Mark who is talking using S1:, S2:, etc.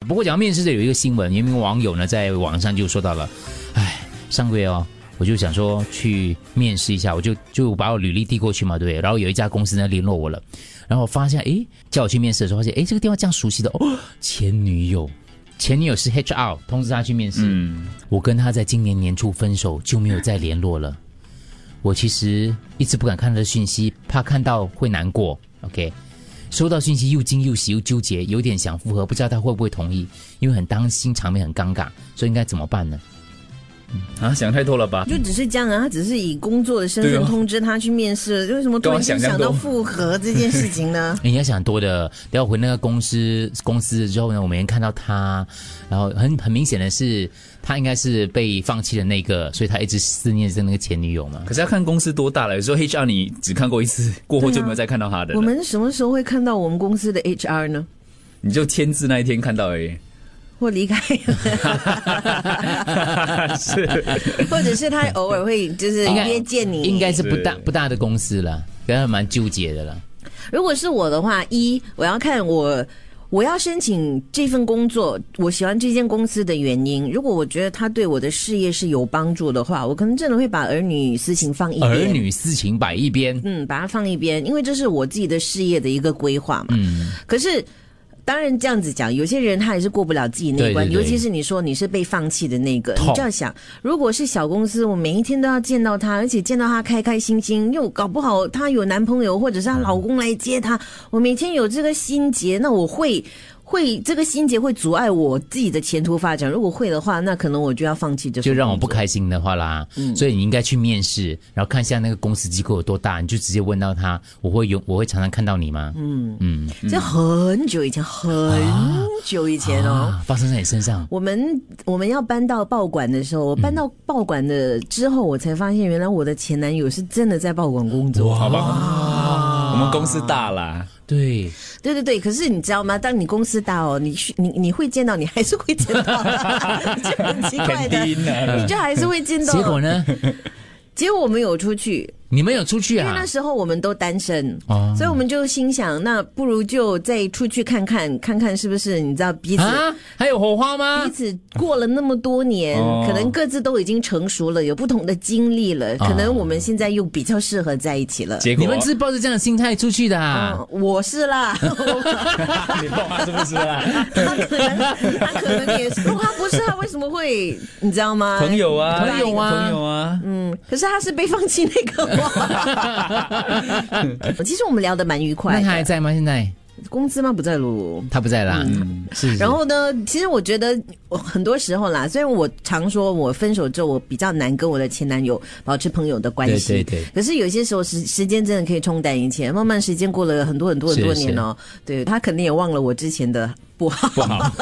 S1: 不过讲到面试的有一个新闻，有一名网友呢在网上就说到了，哎，上个月哦，我就想说去面试一下，我就就把我履历递过去嘛，对不对？然后有一家公司呢联络我了，然后我发现，诶，叫我去面试的时候，发现，诶，这个地方这样熟悉的哦，前女友，前女友是 HR 通知他去面试，我跟他在今年年初分手，就没有再联络了。我其实一直不敢看他的讯息，怕看到会难过。OK，收到讯息又惊又喜又纠结，有点想复合，不知道他会不会同意，因为很担心场面很尴尬，所以应该怎么办呢？？
S2: 啊，想太多了吧？
S3: 就只是这样啊，他只是以工作的身
S2: 对
S3: 份
S2: 啊
S3: 通知他去面试，为什么突然间
S2: 干嘛想
S3: 想
S2: 这
S3: 到
S2: 样多
S3: 复合这件事情呢
S1: 你要想多的，等我回那个公司公司之后呢，我每天看到他，然后很很明显的是，他应该是被放弃的那个，所以他一直思念着那个前女友嘛。
S2: 可是要看公司多大了，有时候 HR 你只看过一次，
S1: 啊
S2: 过后就没有再看到他的了。
S3: 我们什么时候会看到我们公司的 HR 呢？
S2: 你就签字那一天看到 而已。
S3: 或离 开，
S2: 是，
S3: 或者是他偶尔会就是
S1: 应该
S3: 约见你，
S1: 应该是不大
S2: 对
S1: 不大的公司了，然后蛮纠结的了。
S3: 如果是我的话，一我要看我。我要申请这份工作，我喜欢这间公司的原因。如果我觉得他对我的事业是有帮助的话，我可能真的会把儿女私情放一边。
S1: 儿女私情摆一边，
S3: 嗯，把它放一边，因为这是我自己的事业的一个规划嘛。嗯，可是。当然，这样子讲，有些人他还是过不了自己那一关，
S1: 对对对
S3: 尤其是你说你是被放弃的那个，
S1: 痛
S3: 你这样想，如果是小公司，我每一天都要见到他，而且见到他开开心心，又搞不好他有男朋友或者是她老公来接他，我每天有这个心结，那我会会这个心结会阻碍我自己的前途发展。如果会的话，那可能我就要放弃这份
S1: 就让我
S3: 工
S1: 不
S3: 作
S1: 开心的话啦，所以你应该去面试，然后看一下那个公司机构有多大，你就直接问到他，我会有我会常常看到你吗？嗯
S3: 这很久以前，很久以前哦。
S1: 啊，发生在你身上，
S3: 我们我们要搬到报馆的时候，
S1: 嗯
S3: 我搬到报馆的之后，我才发现原来我的前男友是真的在报馆工作。
S2: 好吧，我们公司大啦，
S1: 对，
S3: 对对对，可是你知道吗？当你公司大哦，你去你你会见到，你还是会见到， 就很奇怪
S2: 肯
S3: 的，
S2: 定啊。
S3: 你就还是会见到。
S1: 结果呢？
S3: 结果我们有出去，
S1: 你们有出去
S3: 因为
S1: 啊
S3: 那？时候我们都单身，
S1: 哦
S3: 所以我们就心想，那不如就再出去看看，看看是不是你知道彼此
S1: 啊，还有火花吗
S3: 彼？此过了那么多年，
S2: 嗯哦
S3: 可能各自都已经成熟了，有不同的经历了，可能我们现在又比较适合在一起了。
S2: 啊结果
S1: 你们是抱着这样的心态出去的啊？
S3: 嗯我是啦，
S2: 你爆发是不是啊啦？
S1: 哎
S3: 他可能他可能也是，如果他不是，他为什么会你知道吗？
S2: 朋友啊，
S1: 朋友啊
S2: 朋友啊，
S3: 嗯，可是他是被放弃那 个我。其实我们聊得蛮愉
S1: 那
S3: 快
S1: 他还
S3: 的，
S1: 在吗？现在
S3: 工资吗？不在喽。
S1: 他不在啦，是。是
S3: 嗯然后呢，其实我觉得我很多时候啦，虽然我常说我分手之后我比较难跟我的前男友保持朋友的关系，
S1: 对对对
S3: 可是有些时候时时间真的可以冲淡一切，慢慢时间过了很多很多很多
S1: 是
S3: 年哦，对他肯定也忘了我之前的不好。
S2: 不好。